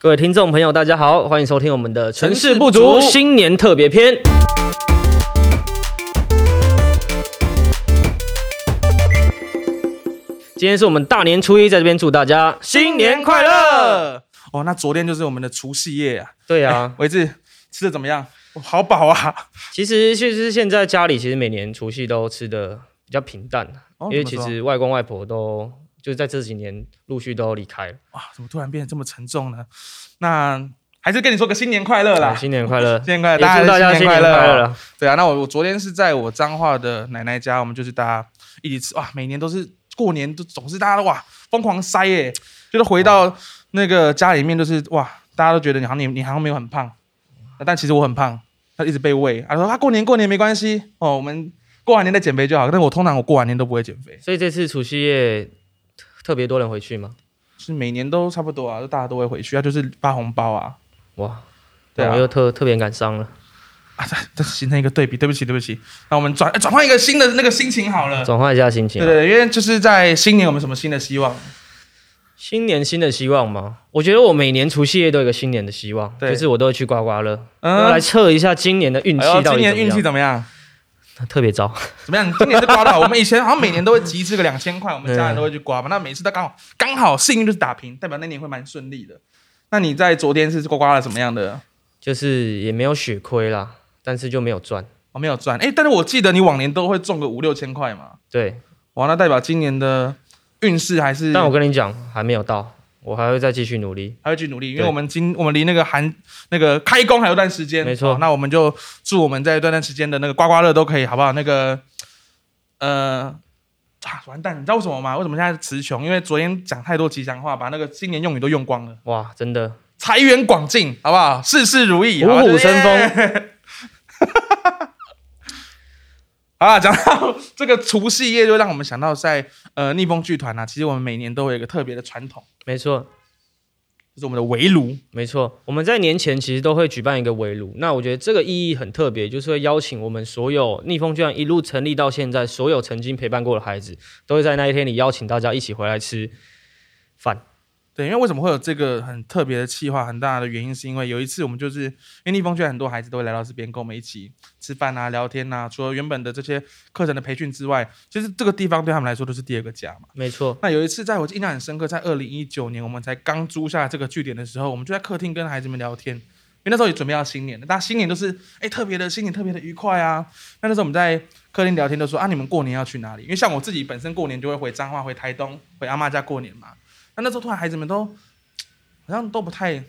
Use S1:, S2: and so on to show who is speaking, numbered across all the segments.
S1: 各位听众朋友，大家好，欢迎收听我们的《成事不
S2: 成
S1: 足
S2: 事不足
S1: 新年特别篇》。今天是我们大年初一，在这边祝大家新年快乐！！
S2: 哦，那昨天就是我们的除夕夜啊，
S1: 对 啊，
S2: 维志吃的怎么样？哦好饱啊！
S1: 其实其实现在家里其实每年除夕都吃的比较平淡，啊
S2: 哦
S1: 因为
S2: 怎
S1: 其
S2: 么说
S1: 实外公外婆都就在这几年陆续都离开了。
S2: 哇，怎么突然变得这么沉重呢？那还是跟你说个新年快乐啦！
S1: 新年快乐！
S2: 新年快
S1: 也
S2: 乐，大
S1: 祝大家
S2: 家
S1: 新
S2: 新
S1: 年
S2: 年
S1: 快
S2: 快
S1: 乐
S2: 乐！
S1: 了。
S2: 对啊，那我我昨天是在我彰化的奶奶家，我们就是大家一起吃哇，每年都是过年都总是大家都哇疯狂塞耶、就是回到那个家里面就是哇，大家都觉得你好像你你好像没有很胖，啊但其实我很胖，他一直被喂，他说啊过年过年没关系哦，我们过完年再减肥就好，但我通常我过完年都不会减肥，
S1: 所以这次除夕夜特特别多人回去吗？
S2: 是每年都差不多啊，就大家都会回去，他就是发红包啊，
S1: 哇，
S2: 对啊
S1: 我又特特别感伤 了。
S2: 啊，这这形成一个对比，对不起对不起，那我们转哎转换一个新的那个心情好了。
S1: 转换一下心情
S2: 对
S1: 啊、
S2: 对，对因为就是在新年，我们什么新的希望？
S1: 新年新的希望嘛，我觉得我每年除夕夜都有一个新年的希望，
S2: 对
S1: 就是我都会去刮刮乐，
S2: 嗯
S1: 要来测一下今年的运气
S2: 哎呦
S1: 到底怎么样。
S2: 今年运气怎么样？
S1: 特别糟，
S2: 怎么样？今年是 刮到我们以前好像每年都会集资个两千块，我们家人都会去刮嘛。那每次都刚好刚好幸运就是打平，代表那年会蛮顺利的。那你在昨天是刮刮了什么样的？
S1: 就是也没有血亏啦，但是就没有赚。
S2: 我、没有赚，哎，但是我记得你往年都会中个五六千块嘛。
S1: 对，
S2: 哇，那代表今年的运势还是
S1: 但我跟你讲，还没有到，我还会再继续努力。
S2: 还会去努力，因为
S1: 对
S2: 我们今我们离那个寒那个开工还有段时间，
S1: 没错
S2: 哦那我们就祝我们在这段时间的那个刮刮乐都可以，好不好？那个呃。啊，完蛋！你知道为什么吗？为什么现在词穷？因为昨天讲太多吉祥话，把那个新年用语都用光了。
S1: 哇，真的
S2: 财源广进，好不好？事事如意，
S1: 虎
S2: 好不好
S1: 虎生。
S2: 就是 好啊，讲到这个除夕夜，就让我们想到在呃逆风剧团啊，其实我们每年都有一个特别的传统，
S1: 没错。
S2: 就是我们的围炉。
S1: 没错，我们在年前其实都会举办一个围炉。那我觉得这个意义很特别，就是会邀请我们所有逆风居然一路成立到现在，所有曾经陪伴过的孩子，都会在那一天里邀请大家一起回来吃饭。
S2: 对，因为为什么会有这个很特别的企划？很大的原因是因为有一次我们就是因为逆风居然很多孩子都会来到这边跟我们一起吃饭啊、聊天啊。除了原本的这些课程的培训之外，其实这个地方对他们来说都是第二个家嘛。
S1: 没错，
S2: 那有一次，在我印象很深刻，在二零一九年我们才刚租下这个据点的时候，我们就在客厅跟孩子们聊天，因为那时候也准备要新年了，大家新年都是哎、特别的新年特别的愉快啊。那那时候我们在客厅聊天，都说啊你们过年要去哪里？因为像我自己本身过年就会回彰化、回台东、回阿妈家过年嘛。那那时候突然孩子们都好像都不太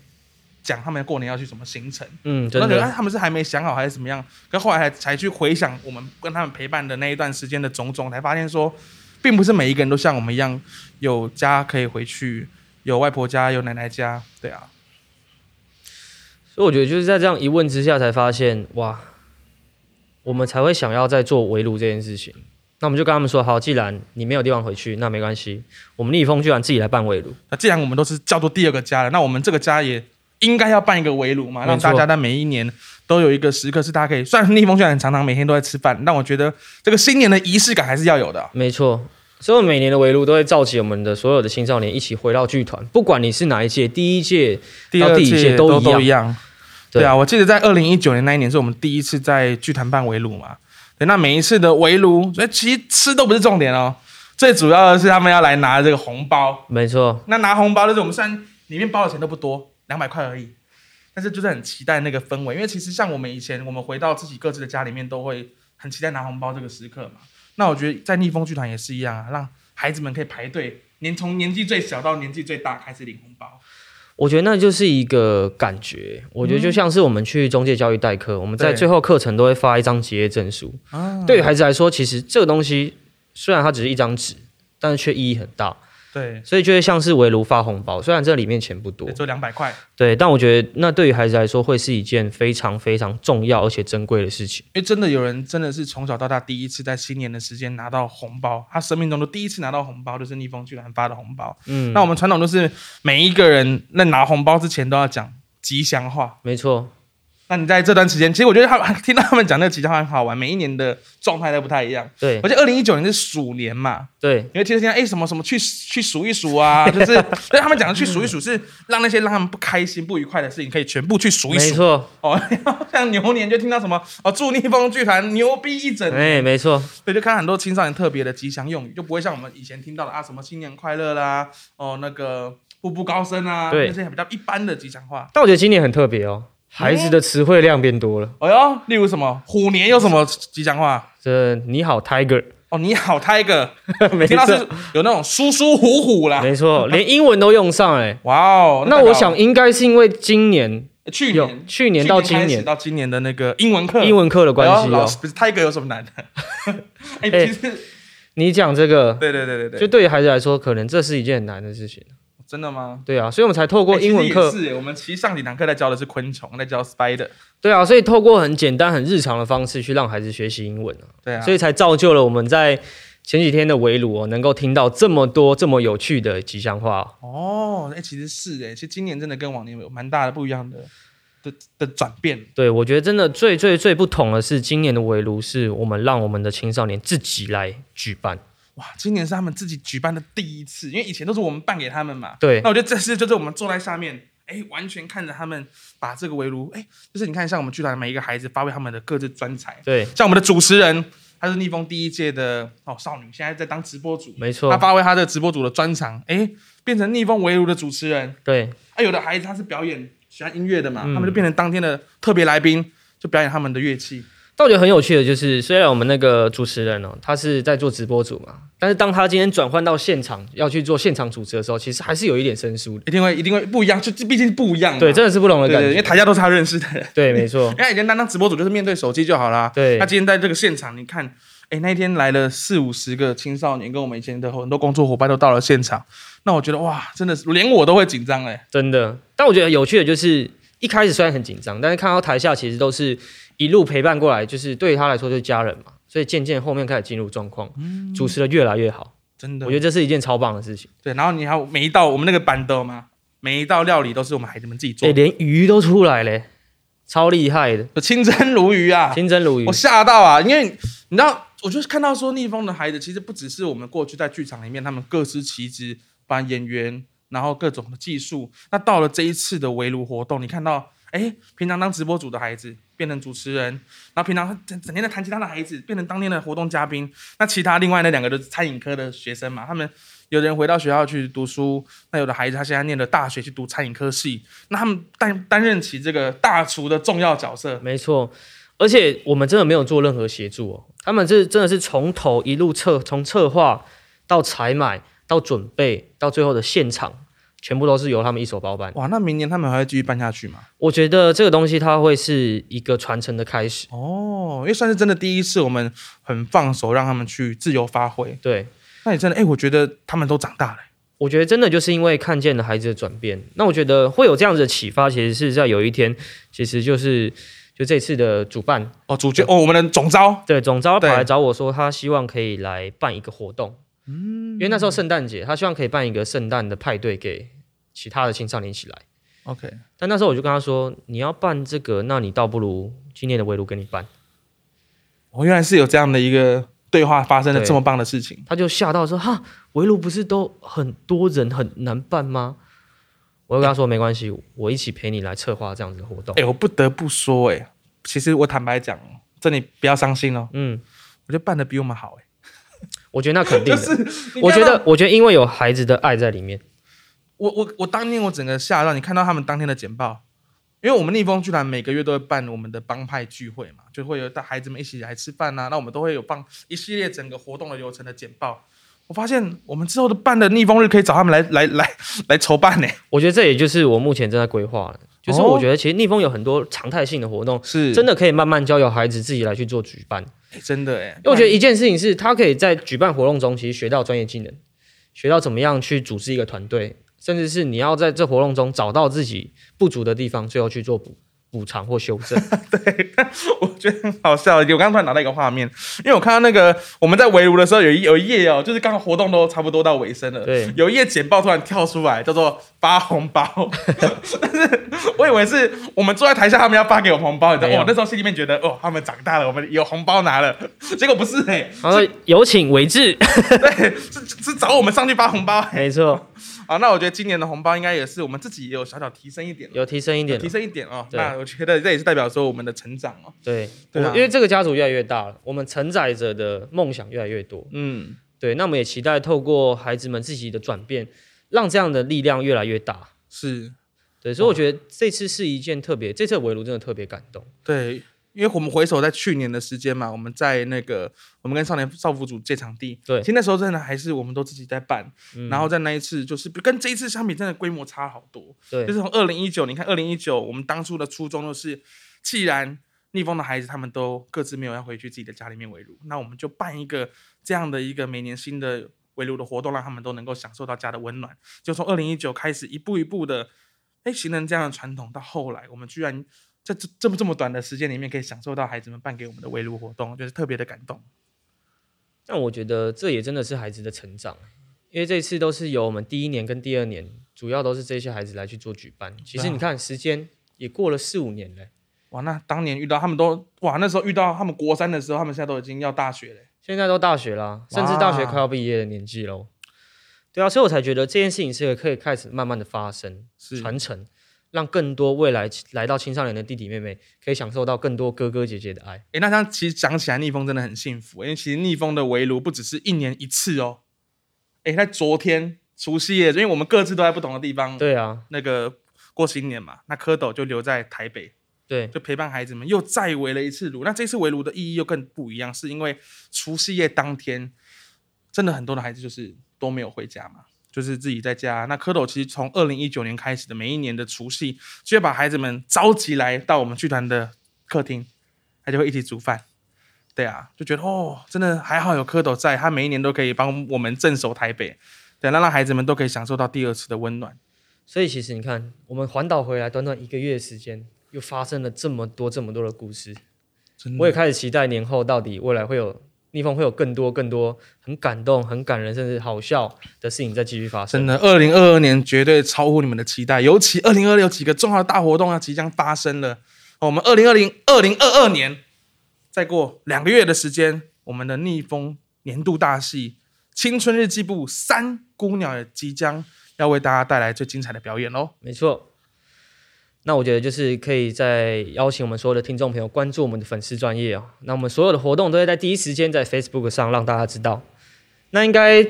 S2: 讲他们过年要去什么行程。
S1: 嗯，
S2: 我
S1: 真
S2: 都觉得、
S1: 的
S2: 哎、他们是还没想好还是怎么样，可后来才才去回想我们跟他们陪伴的那一段时间的种种，才发现说，并不是每一个人都像我们一样有家可以回去，有外婆家，有奶奶家，对啊，
S1: 所以我觉得就是在这样一问之下，才发现哇，我们才会想要在做围炉这件事情。那我们就跟他们说，好，既然你没有地方回去，那没关系，我们逆风居然自己来办围炉。
S2: 那既然我们都是叫做第二个家了，那我们这个家也应该要办一个围炉嘛，
S1: 没错
S2: 让大家在每一年都有一个时刻是大家可以，虽然逆风虽然常常每天都在吃饭，但我觉得这个新年的仪式感还是要有的啊、
S1: 没错，所以我们每年的围炉都会召集我们的所有的青少年一起回到剧团，不管你是哪一届，第一届
S2: 第
S1: 到
S2: 二
S1: 第一届
S2: 届
S1: 都
S2: 都
S1: 一样
S2: 一样。
S1: 对
S2: 对啊，我记得在二零一九年那一年是我们第一次在剧团办围炉嘛。对，那每一次的围炉，所以其实吃都不是重点哦，最主要的是他们要来拿这个红包。
S1: 没错，
S2: 那拿红包就是我们虽然里面包的钱都不多，两百块而已，但是就是很期待那个氛围，因为其实像我们以前我们回到自己各自的家里面，都会很期待拿红包这个时刻嘛。那我觉得在逆风剧团也是一样啊，让孩子们可以排队，年从年纪最小到年纪最大开始领红包。
S1: 我觉得那就是一个感觉。我觉得就像是我们去中介教育代课，我们在
S2: 对
S1: 最后课程都会发一张结业证书。
S2: 啊
S1: 对于孩子来说，其实这个东西虽然它只是一张纸，但是却意义很大，
S2: 对，
S1: 所以就会像是围炉发红包，虽然这里面钱不多
S2: 对，只有两百块。
S1: 对，但我觉得那对于孩子来说会是一件非常非常重要而且珍贵的事情。
S2: 因为真的有人真的是从小到大第一次在新年的时间拿到红包，他生命中的第一次拿到红包就是逆风巨人发的红包。
S1: 嗯，
S2: 那我们传统都是每一个人那拿红包之前都要讲吉祥话，
S1: 没错，
S2: 那你在这段时间，其实我觉得他们听到他们讲那个吉他很好玩，每一年的状态都不太一样。
S1: 对
S2: 而且二零一九年是鼠年嘛，
S1: 对
S2: 因为听到现在哎什么什么去去数一数啊，就是，但他们讲的去数一数是让那些让他们不开心不愉快的事情可以全部去数一
S1: 没
S2: 数
S1: 错，
S2: 哦。 然后像牛年就听到什么哦，祝逆风剧团牛逼一整年，
S1: 哎，没错，
S2: 对，就看很多青少年特别的吉祥用语，就不会像我们以前听到的啊什么新年快乐啦，哦那个步步高升啊，
S1: 对
S2: 那些比较一般的吉祥话。
S1: 但我觉得今年很特别哦，孩子的词汇量变多了。
S2: 哎呦，例如什么虎年有什么吉祥话？
S1: 这你好，Tiger，
S2: 哦，你好 Tiger，
S1: 没
S2: 听到是
S1: 错，
S2: 有那种舒舒虎虎啦。
S1: 没错，连英文都用上哎。
S2: 哇哦，
S1: 那
S2: 代表
S1: 我想应该是因为今年
S2: 去
S1: 有
S2: 年
S1: 去年到今
S2: 开始
S1: 年
S2: 到今年的那 个英文课，
S1: 英文课的关
S2: 哎
S1: 系
S2: 呦老
S1: 哦
S2: 师。不是 Tiger 有什 么难的？哎，
S1: 哎
S2: 其实
S1: 你讲这个，
S2: 对对对
S1: 就
S2: 对对，
S1: 对于孩子来说，可能这是一件很难的事情。
S2: 真的吗？
S1: 对啊，所以我们才透过
S2: 哎其实
S1: 英文
S2: 也
S1: 课，
S2: 是耶，我们其实上几堂课在教的是昆虫，在教 spider，
S1: 对啊，所以透过很简单、很日常的方式去让孩子学习英文啊，
S2: 对啊，
S1: 所以才造就了我们在前几天的围炉哦，能够听到这么多这么有趣的吉祥话、哦。
S2: 哦，哎、其实是哎、其实今年真的跟往年有蛮大的不一样的的的转变。
S1: 对，我觉得真的最最最不同的是，今年的围炉是我们让我们的青少年自己来举办。
S2: 哇，今年是他们自己举办的第一次，因为以前都是我们办给他们嘛。
S1: 对
S2: 那我觉得这次就是我们坐在下面，哎、完全看着他们把这个围炉，哎、就是你看，像我们剧团每一个孩子发挥他们的各自专才，
S1: 对，
S2: 像我们的主持人，她是逆风第一届的哦少女，现在在当直播主，
S1: 没
S2: 她
S1: 错，
S2: 发挥她的直播主的专长，哎、变成逆风围炉的主持人，
S1: 对
S2: 啊，有的孩子他是表演喜欢音乐的嘛，
S1: 嗯
S2: 他们就变成当天的特别来宾，就表演他们的乐器。
S1: 但我觉得很有趣的就是，虽然我们那个主持人哦，他是在做直播组嘛，但是当他今天转换到现场要去做现场主持的时候，其实还是有一点生疏的。
S2: 一定会一定会不一样，就毕竟是不一样嘛。
S1: 对，真的是不同的
S2: 嗯对
S1: 感
S2: 对，因为
S1: 觉。
S2: 台下都是他认识的人。
S1: 对，没错，
S2: 因为以前担当直播主就是面对手机就好啦。
S1: 对
S2: 那今天在这个现场，你看，哎，那一天来了四五十个青少年，跟我们以前的很多工作伙伴都到了现场。那我觉得哇，真的是连我都会紧张哎、
S1: 真的。但我觉得有趣的就是，一开始虽然很紧张，但是看到台下其实都是一路陪伴过来，就是对于他来说就是家人嘛，所以渐渐后面开始进入状况，
S2: 嗯
S1: 主持的越来越好。
S2: 真的。
S1: 我觉得这是一件超棒的事情。
S2: 对，然后你还有每一道我们那个板凳嘛，每一道料理都是我们孩子们自己做
S1: 哎，
S2: 的，
S1: 连鱼都出来嘞，超厉害的，
S2: 就清蒸鲈鱼啊，
S1: 清蒸鲈鱼
S2: 我。吓到啊！因为你知道，我就是看到说逆风的孩子，其实不只是我们过去在剧场里面，他们各司其职，把演员，然后各种的技术。那到了这一次的围炉活动，你看到，哎，平常当直播主的孩子变成主持人，然后平常整整天在弹吉他的孩子变成当天的活动嘉宾。那其他另外那两个就是餐饮科的学生嘛，他们。有的人回到学校去读书，那有的孩子他现在念的大学去读餐饮科系，那他们担担任起这个大厨的重要角色，
S1: 没错，而且我们真的没有做任何协助哦，他们是真的是从头一路策，从策划到采买到准备到最后的现场，全部都是由他们一手包办。
S2: 哇，那明年他们还会继续办下去吗？
S1: 我觉得这个东西它会是一个传承的开始，
S2: 哦，因为算是真的第一次，我们很放手让他们去自由发挥。
S1: 对。
S2: 那也真的，哎、我觉得他们都长大了、
S1: 我觉得真的就是因为看见了孩子的转变，那我觉得会有这样子的启发，其实是在有一天，其实就是就这次的主办
S2: 哦，主角哦，我们的总招
S1: 对总招跑
S2: 对
S1: 来找我说，他希望可以来办一个活动，嗯，因为那时候圣诞节，他希望可以办一个圣诞的派对给其他的青少年一起来。
S2: ，OK，
S1: 但那时候我就跟他说，你要办这个，那你倒不如今年的围炉给你办。
S2: 哦，原来是有这样的一个对话发生了
S1: 对
S2: 这么棒的事情。
S1: 他就吓到说，哈，围炉不是都很多人很难办吗？我就跟他说没关系，我一起陪你来策划这样子的活动
S2: 哎、。我不得不说、哎，其实我坦白讲，这里不要伤心哦，
S1: 嗯，
S2: 我觉得办的比我们好、哎，
S1: 我觉得那肯定的。
S2: 你
S1: 我
S2: 看
S1: 觉
S2: 到
S1: 得，我觉得因为有孩子的爱在里面，
S2: 我我我当天我整个吓到，你看到他们当天的简报，因为我们逆风剧团每个月都会办我们的帮派聚会嘛，就会有带孩子们一起来吃饭啊呐、那我们都会有放一系列整个活动的流程的简报。我发现我们之后的办的逆风日可以找他们来来来来筹办呢、
S1: 我觉得这也就是我目前正在规划的，就是
S2: 哦
S1: 我觉得其实逆风有很多常态性的活动，
S2: 是
S1: 真的可以慢慢交由孩子自己来去做举办。
S2: 欸真的哎、
S1: 因为我觉得一件事情是，他可以在举办活动中其实学到专业技能，学到怎么样去组织一个团队，甚至是你要在这活动中找到自己不足的地方，最后去做补。补偿或修正。
S2: 我觉得很好笑。我刚刚突然拿到一个画面，因为我看到那个我们在围炉的时候，有一有一页哦，就是刚好活动都差不多到尾声了，
S1: 对
S2: 有一页简报突然跳出来，叫做发红 包，但是我以为是我们坐在台下，他们要发给我们红包，你知
S1: 没
S2: 道，
S1: 有
S2: 我那时候心里面觉得，哦，他们长大了，我们有红包拿了， 结果不是哎、
S1: 然后有请为 质，
S2: 对，是是是找我们上去发红包、欸。
S1: 没错，
S2: 好，那我觉得今年的红包应该也是我们自己也有小小提升一点，
S1: 有提升一点
S2: 提
S1: 了。
S2: 升一点哦。
S1: 对
S2: 那我觉得这也是代表说我们的成长哦。
S1: 对，我
S2: 对啊
S1: 因为这个家族越来越大了，我们承载着的梦想越来越多。
S2: 嗯，
S1: 对，那我们也期待透过孩子们自己的转变，让这样的力量越来越大。
S2: 是。
S1: 对，
S2: 哦
S1: 所以我觉得这次是一件特别，这次的围炉真的特别感动。
S2: 对，因为我们回首在去年的时间嘛，我们在那个我们跟少年少妇组借场地，
S1: 对
S2: 其实那时候真的还是我们都自己在办，
S1: 嗯
S2: 然后在那一次就是跟这一次相比，真的规模差好多。
S1: 对
S2: 就是从二零一九，你看二零一九，我们当初的初衷就是，既然逆风的孩子他们都各自没有要回去自己的家里面围炉，那我们就办一个这样的一个每年新的围炉的活动，让他们都能够享受到家的温暖。就从二零一九开始，一步一步的，哎，形成这样的传统，到后来我们居然。在这这么这么短的时间里面，可以享受到孩子们办给我们的围炉活动，就是特别的感动。
S1: 但我觉得这也真的是孩子的成长，因为这次都是由我们第一年跟第二年，主要都是这些孩子来去做举办。
S2: 啊
S1: 其实你看，时间也过了四五年嘞，
S2: 哇，那当年遇到他们都哇，那时候遇到他们国三的时候，他们现在都已经要大学了。
S1: 现在都大学啦，甚至
S2: 哇
S1: 大学快要毕业的年纪喽。对啊，所以我才觉得这件事情是可以开始慢慢的发生、
S2: 是
S1: 传承，让更多未来来到青少年的弟弟妹妹可以享受到更多哥哥姐姐的爱。
S2: 哎、那这样其实讲起来，逆风真的很幸福，因为其实逆风的围炉不只是一年一次哦。哎、在昨天除夕夜，因为我们各自都在不同的地方，
S1: 对啊，
S2: 那个过新年嘛，那蝌蚪就留在台北，
S1: 对
S2: 就陪伴孩子们又再围了一次炉。那这次围炉的意义又更不一样，是因为除夕夜当天，真的很多的孩子就是都没有回家嘛。就是自己在家。那蝌蚪其实从二零一九年开始的每一年的除夕，就会把孩子们召集来到我们剧团的客厅，他就会一起煮饭。对啊，就觉得哦，真的还好有蝌蚪在，他每一年都可以帮我们镇守台北，对，那让孩子们都可以享受到第二次的温暖。
S1: 所以其实你看，我们环岛回来短短一个月的时间，又发生了这么多这么多的故事。
S2: 真
S1: 我也开始期待年后到底未来会有逆风，会有更多更多很感动、很感人，甚至好笑的事情再继续发生。
S2: 真的，二零二二年绝对超乎你们的期待，尤其二零二六几个重要的大活动要即将发生了。哦我们二零二零、二零二二年，再过两个月的时间，我们的逆风年度大戏《青春日记部三》姑娘也即将要为大家带来最精彩的表演哦喽。
S1: 没错。那我觉得就是可以再邀请我们所有的听众朋友关注我们的粉丝专业哦。那我们所有的活动都会在第一时间在 Facebook 上让大家知道。那应该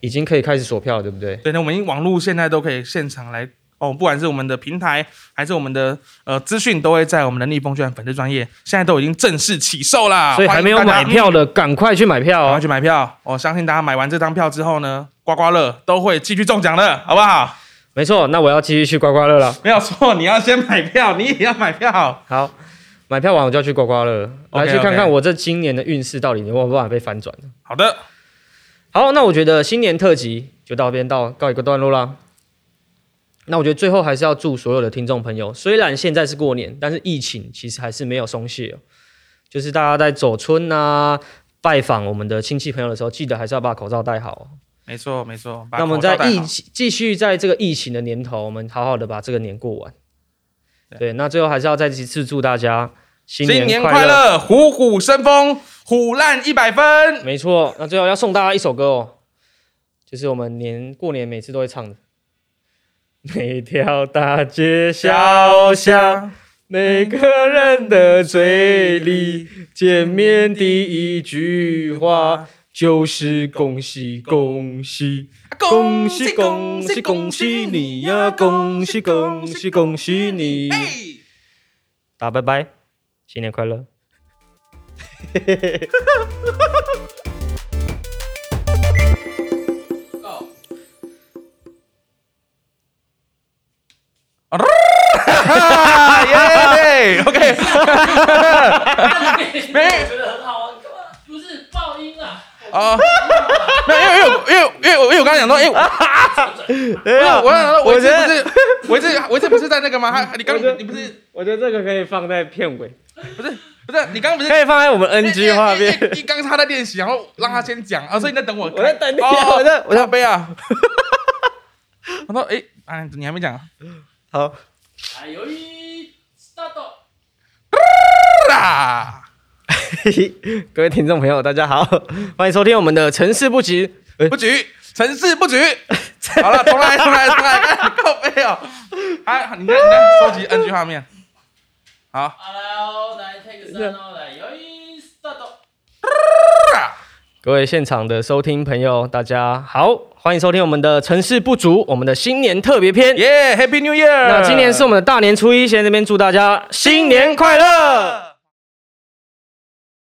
S1: 已经可以开始锁票了，对不对？
S2: 对，那我们网络现在都可以现场来哦，不管是我们的平台还是我们的呃资讯，都会在我们的逆风居然粉丝专业现在都已经正式起售啦，
S1: 所以还没有
S2: 啊欢迎大
S1: 买
S2: 家
S1: 票的，赶快去买票
S2: 赶快
S1: 哦！
S2: 去买票。我相信大家买完这张票之后呢，刮刮乐都会继续中奖的，好不好？
S1: 没错，那我要继续去刮刮乐了。
S2: 没有错，你要先买票，你也要买票。
S1: 好，买票完我就要去刮刮乐，来
S2: OK，OK
S1: 去看看我这今年的运势到底有没有办法被翻转。
S2: 好的，
S1: 好，那我觉得新年特辑就到这边到告一个段落啦。那我觉得最后还是要祝所有的听众朋友，虽然现在是过年，但是疫情其实还是没有松懈、哦，就是大家在走村啊、拜访我们的亲戚朋友的时候，记得还是要把口罩戴好哦、
S2: 没错没错。把
S1: 那我们
S2: 口罩
S1: 在
S2: 戴
S1: 疫
S2: 好
S1: 情继续在这个疫情的年头，我们好好的把这个年过完。对，那最后还是要再次祝大家新
S2: 新年
S1: 快
S2: 快乐，虎虎生风，虎烂一百 分。
S1: 没错，那最后要送大家一首歌哦，就是我们年过年每次都会唱的。每条大街小巷，每个人的嘴里，见面第一句话就是恭喜恭喜，恭喜恭喜恭喜你呀，恭喜恭喜恭喜你！
S2: 哎
S1: 大家拜拜，新年快乐。
S2: 耶！OK，
S3: 哎没，我觉得很好啊，你干嘛不是爆音啊？
S2: 哦，没有，因为因为因为因为我因为我刚才讲到，哎、我
S1: 对
S2: 我刚才讲到，我
S1: 哎
S2: 一
S1: 我
S2: 直
S1: 觉
S2: 不
S1: 得，
S2: 是， 我一直我一直不是在那个吗？他你刚
S1: 我觉得
S2: 你不是
S1: 我觉得这个可以放在片尾，
S2: 不是不是你刚刚不是
S1: 可以放在我们 NG 画
S2: 因为
S1: 面。
S2: 因为刚刚他在练习，然后让他先讲啊，所以你在等我。
S1: 我在等你，
S2: 哦
S1: 我在，我
S2: 我
S1: 在
S2: 要背啊。 我说，哎、啊，你还没讲啊。
S1: 好。
S3: はい、よい、スタート
S2: 啊
S1: 各位听众朋友，大家好，欢迎收听我们的《城市不急》
S2: 不举，成事不举。 好了，重来，重来，重来，干靠背哦。啊，你在你在收集 NG 画面。好，
S3: あらお、大体草のだ、よい、スタート
S2: 啊
S1: 各位现场的收听朋友，大家好，欢迎收听我们的《城市不足》我们的新年特别篇。
S2: 耶、h a p p y New Year！
S1: 那今年是我们的大年初一，先在这边祝大家新年快乐。